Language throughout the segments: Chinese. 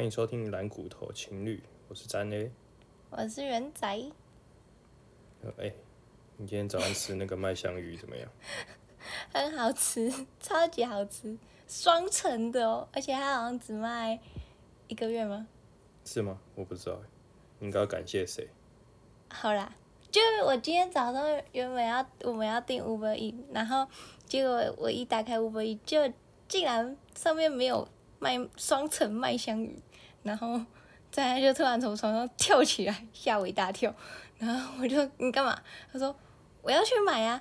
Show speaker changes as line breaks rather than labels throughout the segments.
迎收听蓝骨头情侣，我是詹 A。
我是元仔，
呃哎、你今天早上吃那个麦香鱼怎么样？
很好吃， 超级好吃，双层的哦，而且它好像只卖一个月吗？
是吗？我不知道哎，你应该要感谢谁？
好啦，就是我今天早上原本要我们要订 Uber E，然后结果我一打开 Uber E，就竟然上面没有卖双层麦香鱼，然后在他就突然从床上跳起来，吓我一大跳，然后我就你干嘛？他说我要去买啊，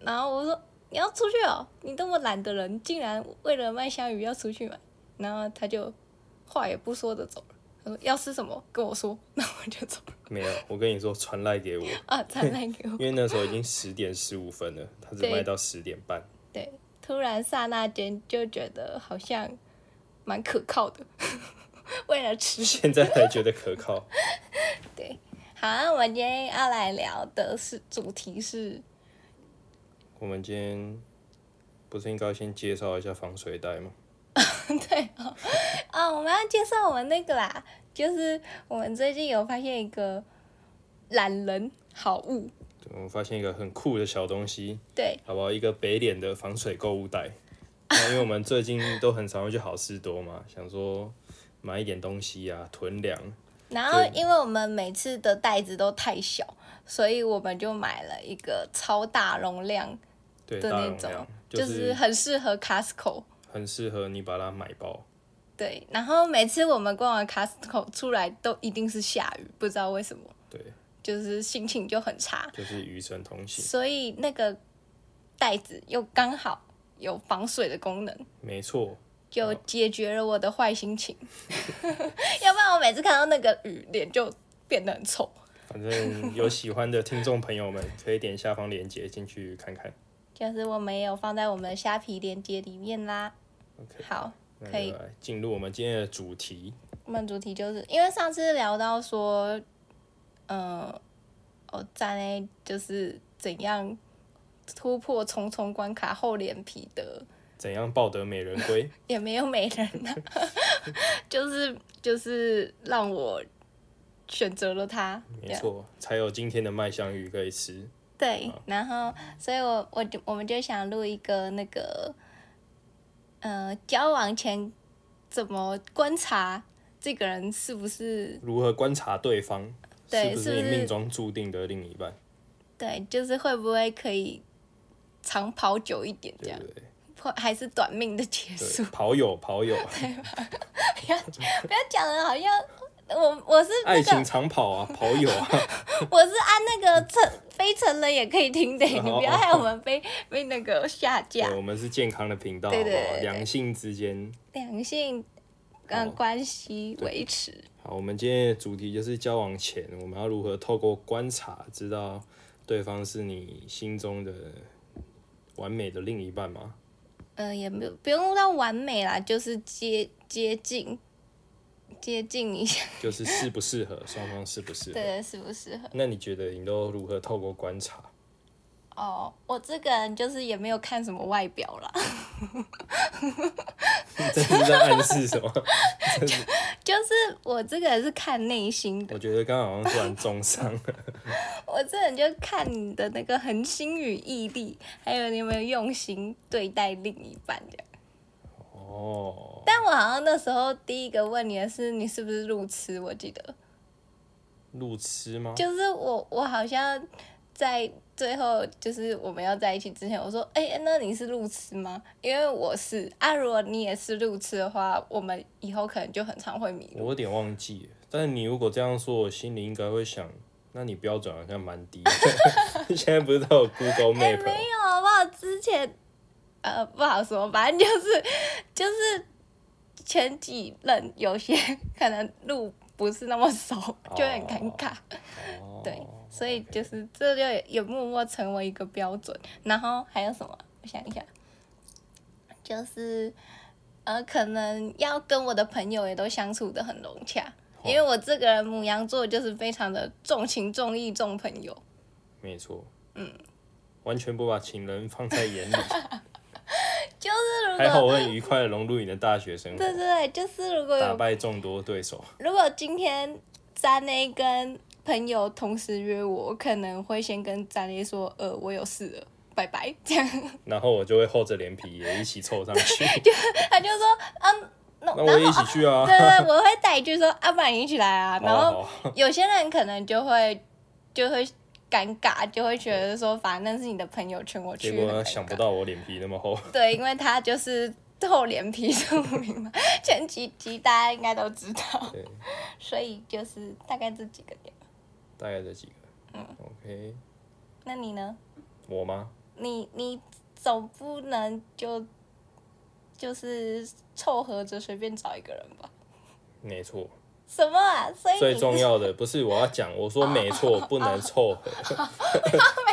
然后我说你要出去哦，你这么懒的人，竟然为了麦香鱼要出去买，然后他就话也不说的走了，他说要吃什么跟我说，那我就走了。
没有，我跟你说传赖给我，
啊，传来给我。
因为那时候已经十点十五分了，他只卖
对
到十点半。
对，突然刹那间就觉得好像蛮可靠的， 为了吃。
现在才觉得可靠。
好，那我们今天要来聊的是主题是
我们今天不是应该先介绍一下防水袋吗？
对哦，哦，我们要介绍我们那个啦，就是我们最近有发现一个懒人好物，
对我发现一个很酷的小东西，
对，
好不好？一个北脸的防水购物袋。 那因为我们最近都很常会去好事多嘛，想说买一点东西啊，囤粮。
然后
对
因为我们每次的袋子都太小，所以我们就买了一个超大容量，
对，
的
大
那
容
种
量
就
就是是
很适合 Costco。
很适合你把它买爆。
对，然后每次我们逛完 Costco 出来都一定是下雨，不知道为什么，
对，
就是心情就很差。
就是与神同行，
所以那个袋子又刚好有防水的功能，
没错。
就解决了我的坏心情。 要不然我每次看到那个雨，脸就变得很臭。
反正有喜欢的听众朋友们，可以点下方链接进去看看。
就是我们也有放在我们的虾皮链接里面啦。
OK，
好，
那
可以
就来进入我们今天的主题。
我们主题就是因为上次聊到说，呃，哦，站内就是怎样突破重重关卡厚脸皮的，
怎样抱得美人 归？
也没有美人啊， 就是就是让我选择了他，
没错，才有今天的麦香鱼可以吃。
对，然后所以我我就我们就想录一个那个，呃，交往前怎么观察这个人是不是
如何观察对方
对
是不
是
是
不
你
是
命中注定的另一半，
对，就是会不会可以长跑久一点这
对
样
不，对？
或还是短命的结束
对，？跑友跑 友，
不要讲的好像我我是那
爱
个
情长跑 啊，跑友啊，
我是按那个成非成人也可以听的，你不要害我
哦
们被被那个下架
对，我们是健康的频道，好
对
不
对
好？
对对
两性之间。
两性嗯
好
关系维持。
好，我们今天的主题就是交往前，我们要如何透过观察知道对方是你心中的完美的另一半吗？
嗯，也没有不用到完美啦，就是接接近接近一下，
就是适不适合，双方适不适合？
对，适不适合？
那你觉得你都如何透过观察？
哦，我这个人就是也没有看什么外表啦，
你这是在暗示什么？
就是我这个人是看内心的，
我觉得刚刚好像突然中伤了。
我这人就看你的那个恒心与毅力，还有你有没有用心对待另一半这样。
哦，
但我好像那时候第一个问你的是你是不是路痴，我记得，
路痴吗？
就是我我好像在最后就是我们要在一起之前，我说，哎、那你是路痴吗？因为我是啊，如果你也是路痴的话，我们以后可能就很常会迷
我
路。
有点忘记了，但是你如果这样说，我心里应该会想，那你标准好像蛮低 的。现在不是都有 Google
哎、
Map？、
没有好不好？之前呃不好说，反正就是 就是前几任有些可能路不是那么熟，就会很尴尬。
哦
对，所以就是这就也也默默成为一个标准。然后还有什么？我想一下，就是呃，可能要跟我的朋友也都相处的很融洽。
哦
因为我这个人母羊座就是非常的重情重义重朋友，
没错，嗯，完全不把情人放在眼里，
就是如
还好
果
我很愉快的融入你的大学生
对对
活，
对，就是如果
打
有
败众多对手。
如果今天詹内跟朋友同时约我，我可能会先跟詹内说，呃，我有事了，拜拜，这 样。
然后我就会厚着脸皮也一起凑上 去，
他就说，嗯，那
那
然
我也一
后
起去啊
对。对，我会带一句说，啊，不然你一起来啊。
好
然
啊
后
好啊，
有些人可能就会就会尴尬，就会觉得说，反正是你的朋友圈，我
结
去很
果
尴
想不
尬。
到我脸皮那么厚，
对，因为他就是厚脸皮著名嘛，前几集大家应该都知道
对，
所以就是大概这几个点。
大概这几个。OK，
嗯那你呢？
我吗？
你你总不能就就是凑合着随便找一个人吧？
没错，
什么啊？所以
最
你
重要的不是我要讲，我说没错，不能凑合，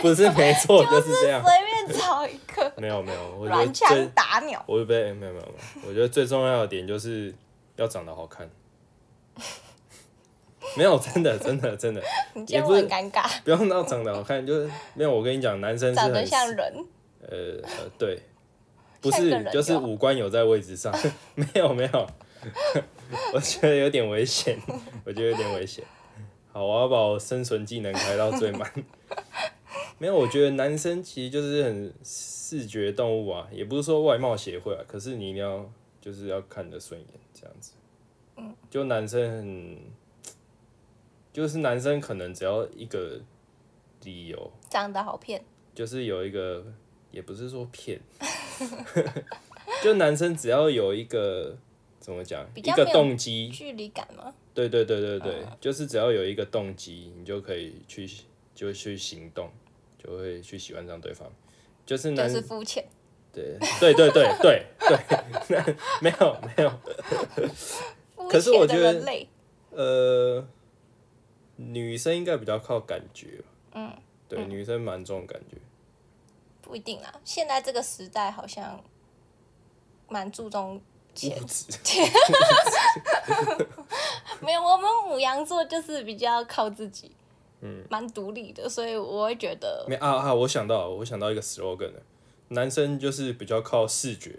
不是没错，就是这样。
随便找一个
没有没有，我觉得
乱枪
最，
打鸟，
我被没有没有没有，我觉得最重要的点就是要长得好看。没有，真的真的真的，
你觉
也
得
不
我
是
很尴尬？
不用到长得好看，就是没有。我跟你讲，男生是
长得
很
像人，
呃，呃对，不
像
是
个人，
就是
就好
五官有在位置上， 没有没有， 我觉得有点危险，我觉得有点危险。好，我要把我生存技能开到最满。 没有，我觉得男生其实就是很视觉动物啊，也不是说外貌协会啊，可是你一定要就是要看得顺眼这样子。
嗯
就男生很，就是男生可能只要一个理由，
长得好骗，
就是有一个，也不是说骗， 就男生只要有一个怎么讲，
比
一
较
个
没有啊
动机，
距离感吗？
对对对对对，就是只要有一个动机，你就可以去就去行动，就会去喜欢上对方。就是
就
男，
是肤浅，
对对对对对对， 没有没有，
肤
可是我
浅
觉
的
得
人类，
呃，女生应该比较靠感觉，嗯，对，女生蛮重感觉，
不一定啦。现在这个时代好像蛮注重 钱
物，质，
没有，我们母羊座就是比较靠自己，嗯，蛮独立的，所以我会觉得
没啊啊！我想到，我想到一个 slogan 了，男生就是比较靠视觉，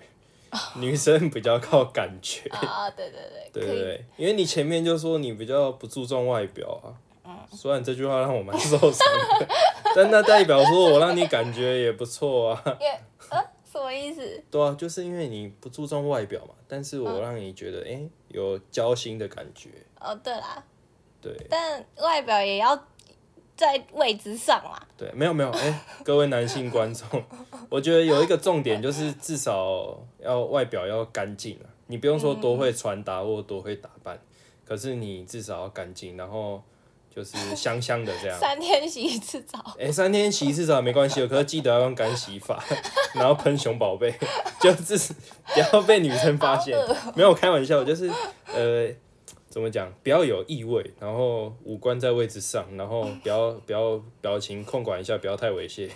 哦
女生比较靠感 觉，
啊，对对对，
对
可
对
以
对，因为你前面就说你比较不注重外表啊，
嗯
虽然这句话让我蛮受伤的， 但那代表说我让你感觉也不错啊，
因为呃，什么意思？
对啊，就是因为你不注重外表嘛，但是
嗯
我让你觉得诶有交心的感觉，
哦，对啦，
对
但外表也要在位置上嘛。
对，没有没有，诶，各位男性观众，我觉得有一个重点就是至少要外表要干净啊，你不用说多会穿搭或多会打扮，可是你至少要干净，然后就是香香的这样。
三天洗一次澡，
哎、三天洗一次澡没关系，可是记得要用干洗法， 然后喷熊宝贝， 就是不要被女生发现
好恶。哦
没有开玩笑，就是呃，怎么讲，不要有异味，然后五官在位置上，然后不要不要表情控管一下，不要太猥亵。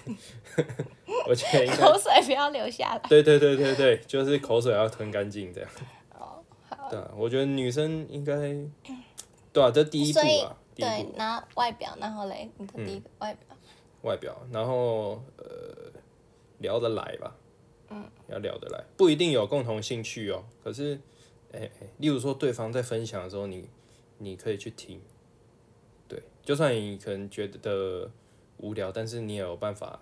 我觉得应该，
口水不要流下来。
对对对对对，就是口水要吞干净这样。
哦，
对啊，我觉得女生应该，对啊，这第一步
所以
啊，第一步
对。，然后外表，然后嘞，你的第一个外表，
外表，然后呃聊得来吧，嗯，要聊得来，不一定有共同兴趣哦。可是，哎、哎例如说对方在分享的时候，你你可以去听，对，就算你可能觉得无聊，但是你也有办法，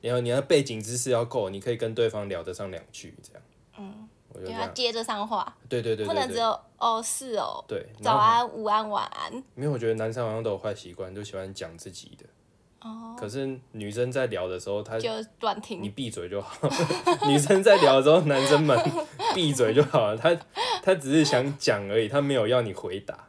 然后你的背景知识要够，你可以跟对方聊得上两句，这样，嗯，我就
就
这
要
样，
啊接着上话，
对对对
不
对
能只
对，
有哦是哦，
对，然
早
后
安、午安、晚安。
没有，我觉得男生好像都有坏习惯，就喜欢讲自己的。哦，可是女生在聊的时候，她
就乱
你
听，
闭嘴就好。 女生在聊的时候，男生们闭嘴就好了。他他只是想讲而已，他没有要你回答。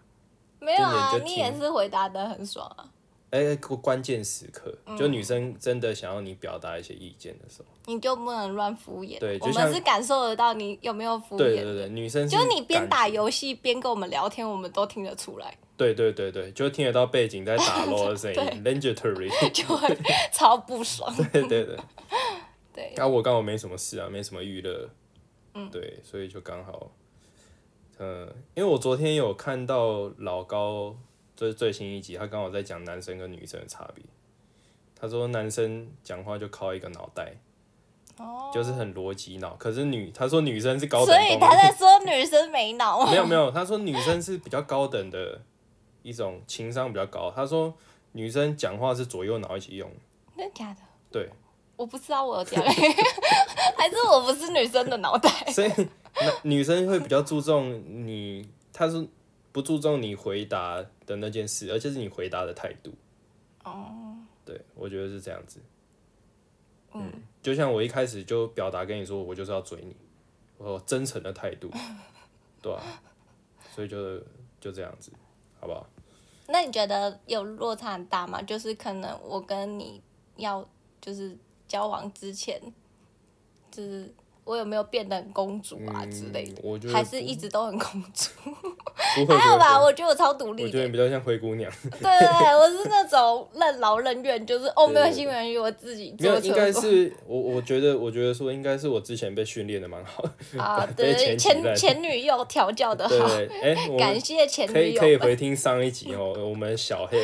没有啊
就，你
你
就听
也是回答的很爽啊。
哎、关关键时刻，
嗯
就女生真的想要你表达一些意见的时候，
你就不能乱敷衍。
对就
我
像
们是感受得到你有没有敷
对对
衍。
对，女生是
就你边打
感觉，
游戏边跟我们聊天，我们都听得出来，
对对对对，就听得到背景在打 l 的声音 l e n g e t a r y
就会超不爽。
对对对。
对，
啊，我刚好没什么事啊，没什么娱乐，嗯，对，所以就刚好，嗯、因为我昨天有看到老高最最新一集，他刚好在讲男生跟女生的差别。他说男生讲话就靠一个脑袋，
哦，
就是很逻辑脑。可是女，他说女生是高等
所
动
以
物，
他在说女生没脑吗？
没有没有，他说女生是比较高等的一种情商比较高。他说女生讲话是左右脑一起用，
真的假的？
对，
我不知道我有讲，还是我不是女生的脑袋？
所以那女生会比较注重你，他说不注重你回答的那件事，而且是你回答的态度。
哦，
对，我觉得是这样子。
嗯，
就像我一开始就表达跟你说，我就是要追你，我有真诚的态 度，对啊，所以就就这样子，好不好？ 嗯
那你觉得有落差很大吗？就是可能我跟你要就是交往之前，就是我有没有变得很公主啊之类的？
嗯，我觉得
还是一直都很公 主，
不会，
还好吧？
不会
我觉得我超独
我
立
觉
的
得，你比较像灰 姑娘，
对对对，我是那种任劳任怨，就是哦，没
对
有
对
心没有我自己
没有，
做
应
出
该是我，我觉得，我觉得说应该是我之前被训练的蛮好的，
啊，
被
对对，
前期在
前前女友调教的
对
好，
对，对 哎、我
哦感
们
谢前
可
女
以可以
友。
回听上一集哦， 我们小 黑，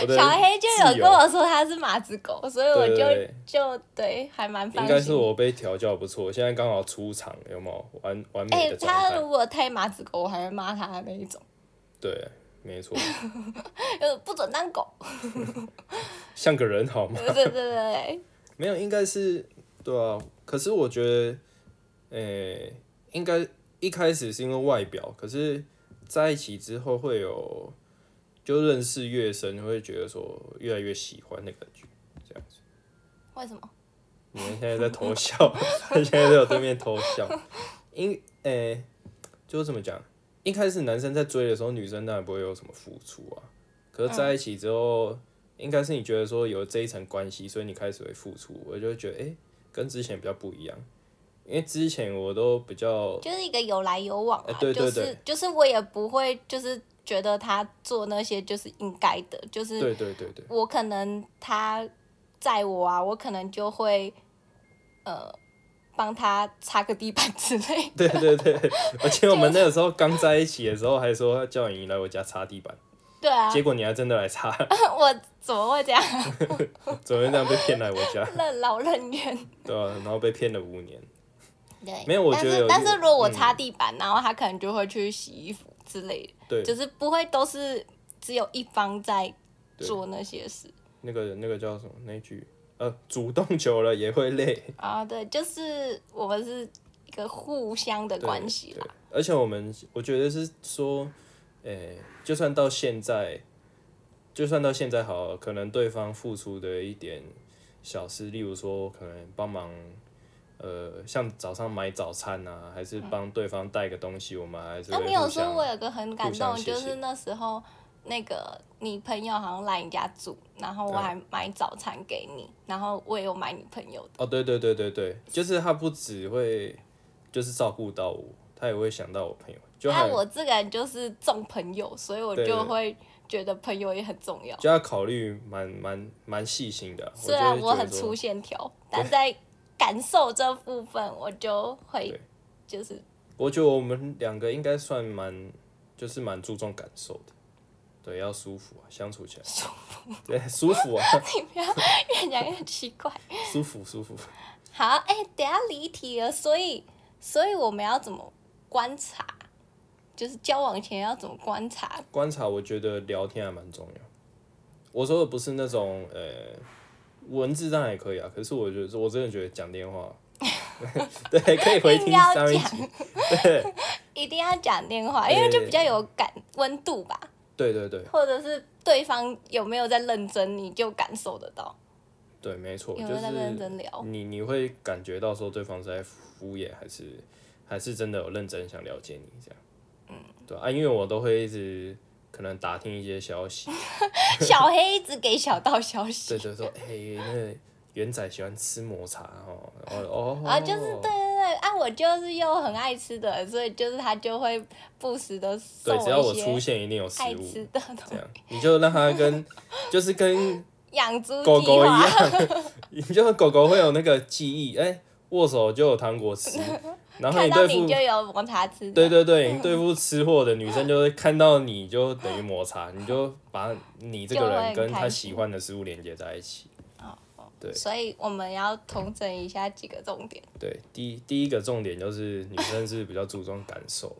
我的
小黑就有
挚友
跟我说他是马子狗，所以我就
对对对
就对，还蛮放
应
心的。
该是我被调教不错，现在刚好出场，有没有完完
哎、
美的状态？
他如果太马子狗，我还会骂他的那一种，
对，没错，
就是不准当 狗。
像个人好吗？
对对对对，
没有，应该是对啊。可是我觉得，呃、应该一开始是因为外表，可是在一起之后会有，就认识越深，会觉得说越来越喜欢的感觉。这样子，
为什么？
你们现在在偷笑， 现在在我对面偷笑。因呃、就是怎么讲，一开始男生在追的时候，女生当然不会有什么付出啊。可是在一起之后，应该是你觉得说有这一层关系，所以你开始会付出。我就会觉得，哎、跟之前比较不一样，因为之前我都比较
就是一个有来有往啊，
哎对对
就是就是我也不会就是觉得他做那些就是应该的，就是
对对对对，
我可能他载我啊，我可能就会呃帮他擦个地板之类。
对对对，而且我们那个时候刚在一起的时候，还说要叫你来我家擦地板，
对啊，
结果你还真的来擦，
我怎么会这样？
怎么会这样被骗来我家？
任劳任怨。
对吧、然后被骗了五年，
对，
没有我
但
觉得
是
有
但
一
是如果我
嗯
擦地板，然后他可能就会去洗衣服之类的。
对，
就是不会都是只有一方在
对
做那些事
那个那个叫什么那句，呃，主动久了也会累。
啊。对，就是我们是一个互相的
对
关系啦
对。而且我们，我觉得是说，诶、就算到现在，就算到现在好了，可能对方付出的一点小事，例如说可能帮忙，呃，像早上买早餐啊，还是帮对方带个东西，我们还是
那
会
啊你有
互
说我
相。
有个很感
互
动
相，谢谢
就是那时候那个你朋友好像来你家住，然后我
嗯
还买早餐给你，然后我也有买你朋友的。
哦，对对对对对，就是他不只会就是照顾到我，他也会想到我朋友，就还
但我这个人就是重朋友，所以我
对
就
对
会觉得朋友也很重要。
就要考虑蛮蛮蛮细心的啊。
虽然
就会
我
觉得
很
说
粗线条，但在感受这部分，我就会
对
就是
我觉得我们两个应该算蛮，就是蛮注重感受的，对，要舒服啊，相处起来舒服，对，舒服啊，
你不要哎越讲越奇怪。
舒服舒服。
好，哎、等一下离题了，所以所以我们要怎么观察？就是交往前要怎么观察？
观察，我觉得聊天还蛮重要。我说的不是那种呃，文字当然也可以啊，可是我觉得我真的觉得讲电话， 对，可以回听
硬要
上一
讲
集，对，
一定要讲电话，因为就比较有感温度吧，
对对对
或者是对方有没有在认真，你就感受得到
对，没错，
有
就
没有在认
是
真聊。
你你会感觉到说对方是在敷衍，还是还是真的有认真想了解你这样？嗯，对啊，因为我都会一直可能打听一些消息，
小黑一直给小道消息
对，对 说，哎、那个元仔喜欢吃抹茶哦，然后哦，
啊，就是对对对，啊，我就是又很爱吃的人，所以就是他就会不时的送
对，只要
我
我
一
出
些
现一定有食
爱吃
物，
的东
这
西，
样你就让它跟 就是跟
养猪
狗
计
狗一
划。
样， 你就狗狗会有那个记忆，哎、握手就有糖果 吃，然后
看
你
到
对
你
付
就有抹茶吃的。
对对对，你对付吃货的女生就会看到你就等于摩擦，你就把你这个人跟她喜欢的食物连接在一起。
哦哦
对
所以我们要统整一下几个重点。
对，第一第一个重点就是女生是比较注重感受，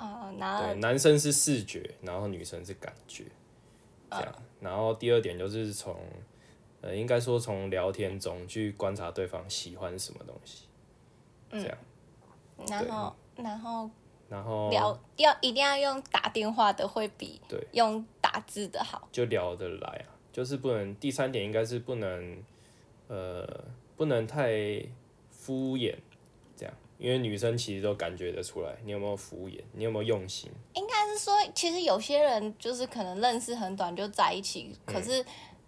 嗯，然后
对，男生是视觉，然后女生是感觉，这样。然后第二点就是从，呃，应该说从聊天中去观察对方喜欢什么东西，这样。
然后然后
然后
聊、要一定要用打电话的会比
哦对
用打字的好。
就聊得来啊，就是不能。第三点应该是不能，呃，不能太敷衍，这样，因为女生其实都感觉得出来，你有没有敷衍，你有没有用心，
应该是说，其实有些人就是可能认识很短就在一起，可是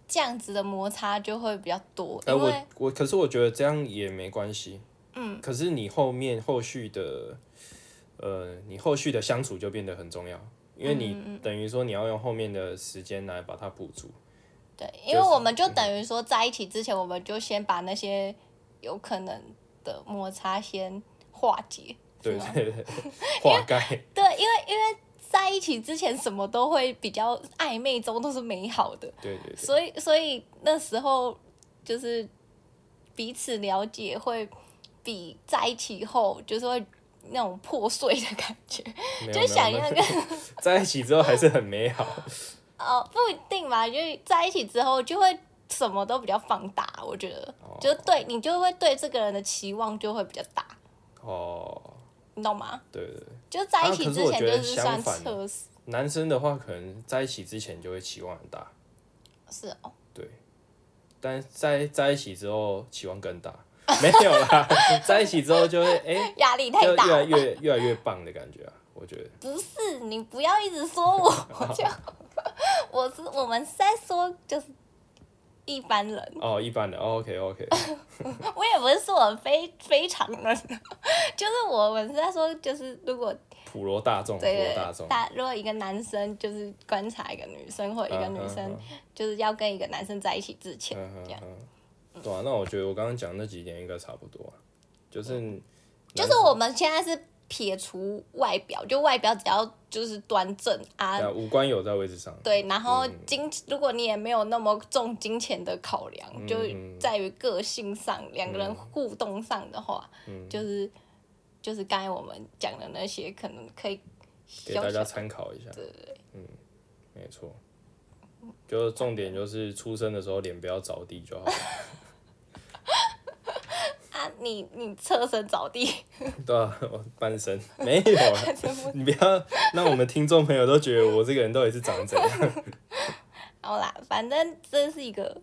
这样子的摩擦就会比较多，
嗯哎、
因为、
我我可是我觉得这样也没关系。嗯。可是你后面后续的，呃，你后续的相处就变得很重要，因为你等于说你要用后面的时间来把它补足。
对，因为我们就等于说在一起之前，我们就先把那些有可能的摩擦先化解。
对对对，化盖。
对，因为因为在一起之前，什么都会比较暧昧中都是美好的，
对对对
所以所以那时候就是彼此了解会比在一起后就是会那种破碎的感觉。，
没有
就想
没有
要
没有在一起之后还是很美好。
哦，不一定吧，就是在一起之后就会什么都比较放大，我觉得，
哦
就对你就会对这个人的期望就会比较大，
哦，
你懂吗？
对对对，
就在一
啊
起
可是
之
我
前
觉
就
得
是
相
算
反
测试，
男生的话可能在一起之前就会期望很大，
是哦，
对，但在在一起之后期望更大。没有 啦，在一起之后就会哎、
压力
就
太大
越来
了。
越越来越棒的感觉啊，我 觉得。
不是你不要一直说我， 我就我是我们是在说就是一般人，
哦，一般的、哦、，OK OK，
我也不是说我非非常人， 就是我们是在说就是如果
普罗大众，普
对
罗
对
哦大
对
众，
大如果一个男生就是观察一个女生，或者一个女生
嗯
就是要跟一个男生在一起之前，
嗯
这样
嗯嗯，对啊，那我觉得我刚刚讲那几点应该差不多啊，就是
嗯就是我们现在是撇除外表，就外表只要就是端正啊，
那五官有在位置上，
对，然后
嗯
金、如果你也没有那么重金钱的考量，
嗯
就在于个性上，两个人互动上的话，
嗯
就是就是刚才我们讲的那些，可能可以
给
小
大家
小
参考一下，嗯
对对对
没错，就重点就是出生的时候脸不要着地就好了，
啊，你你侧身着地，
对啊，我半身没有啊，你不要让我们听众朋友都觉得我这个人到底是长怎 样，
好啦，反正这是一个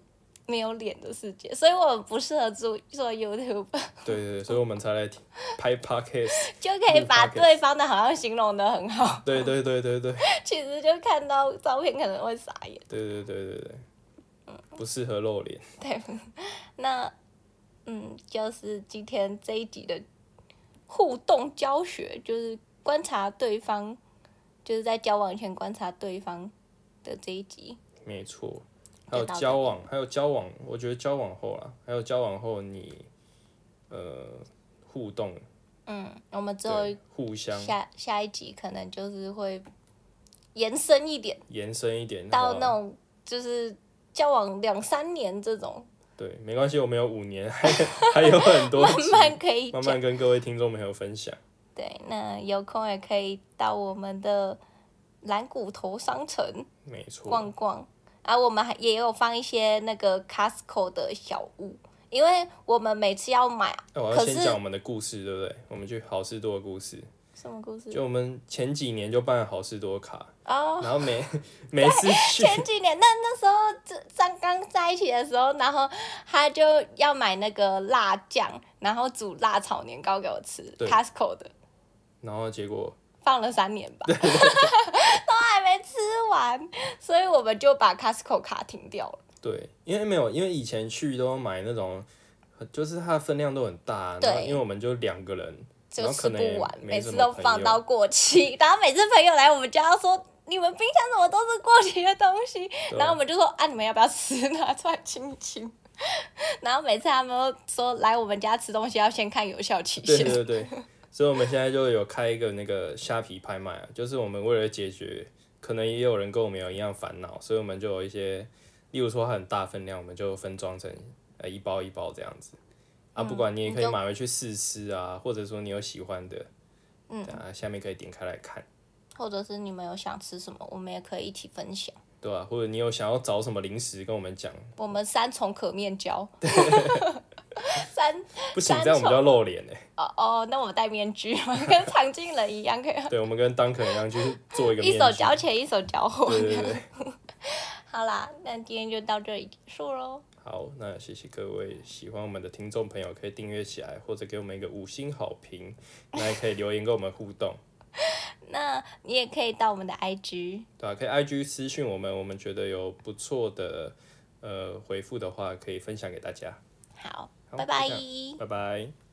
没有脸的世界，所以我不适合做做 YouTube，
对对对，所以我们才来听拍 podcast，
就可以把
Podcast
对方的好像形容的很好，
对对对对对。
其实就看到照片可能会傻眼。
对对对对对，
嗯
不适合露脸。
对，那嗯，就是今天这一集的互动教学，就是观察对方，就是在交往前观察对方的这一集。
没错，还有
到这
交往，还有交往，我觉得交往后啦，还有交往后你呃互动，
嗯，我们之后
对，互相
下下一集可能就是会延伸一点。
延伸一点
到那
好吧
种就是交往两三年这种，
对，没关系，我们有五年，还还有很多
慢
集
慢可以
慢
讲。
慢跟各位听众朋友分享。
对，那有空也可以到我们的蓝骨头商城
没错
逛，逛啊，我们还也有放一些那个 Costco 的小物，因为我们每次要买
那哎我要
可
先
是
讲我们的故事，对不对？我们去好事多的故事，
什么故事
就我们前几年就办了好事多卡，
嗯哦。
然后 每每次去，
前几年那那时候这刚刚在一起的时候，然后他就要买那个辣酱，然后煮辣炒年糕给我吃
对
，Costco 的。
然后结果
放了三年吧，都 还没吃完，所以我们就把 Costco 卡停掉了。
对，因为没有，因为以前去都买那种，就是它的分量都很大，然后
对
因为我们就两个人，然
就
后可
吃
能也
不完，
没
每
什
次
么
都
朋
放
友
到过期。然后每次朋友来我们家说：“你们冰箱怎么都是过期的东西？”
对
然后我们就说：“啊，你们要不要吃？拿出来清一清。” 然后每次他们都说来我们家吃东西要先看有效期
对
限，
对 对，所以我们现在就有开一个那个虾皮拍卖啊，就是我们为了解决，可能也有人跟我们有一样烦恼，所以我们就有一些，例如说它很大分量，我们就分装成呃一包一包这样子。
嗯
啊，不管你也可以买回去试吃啊，或者说你有喜欢的，嗯，啊，下面可以点开来看，
或者是你们有想吃什么，我们也可以一起分享。
对吧、或者你有想要找什么零食跟我们讲，
我们三重可 面交，三
不行
三，
这样我们就要露脸哎、
哦哦，那我们戴面具， 我们跟常进人一样，可以
对，我们跟 Duncan 一样，就是做一个
一
面
手
具
交钱一手交货。
对对对，对
好啦，那今天就到这里结束喽。
好，那谢谢各位喜欢我们的听众朋友，可以订阅起来，或者给我们一个五星好评，那也可以留言跟我们互动，
那你也可以到我们的 IG，
对吧、可以 IG 私讯我们，我们觉得有不错的呃回复的话，可以分享给大家。
好，
好
拜
就这
拜。
样拜拜。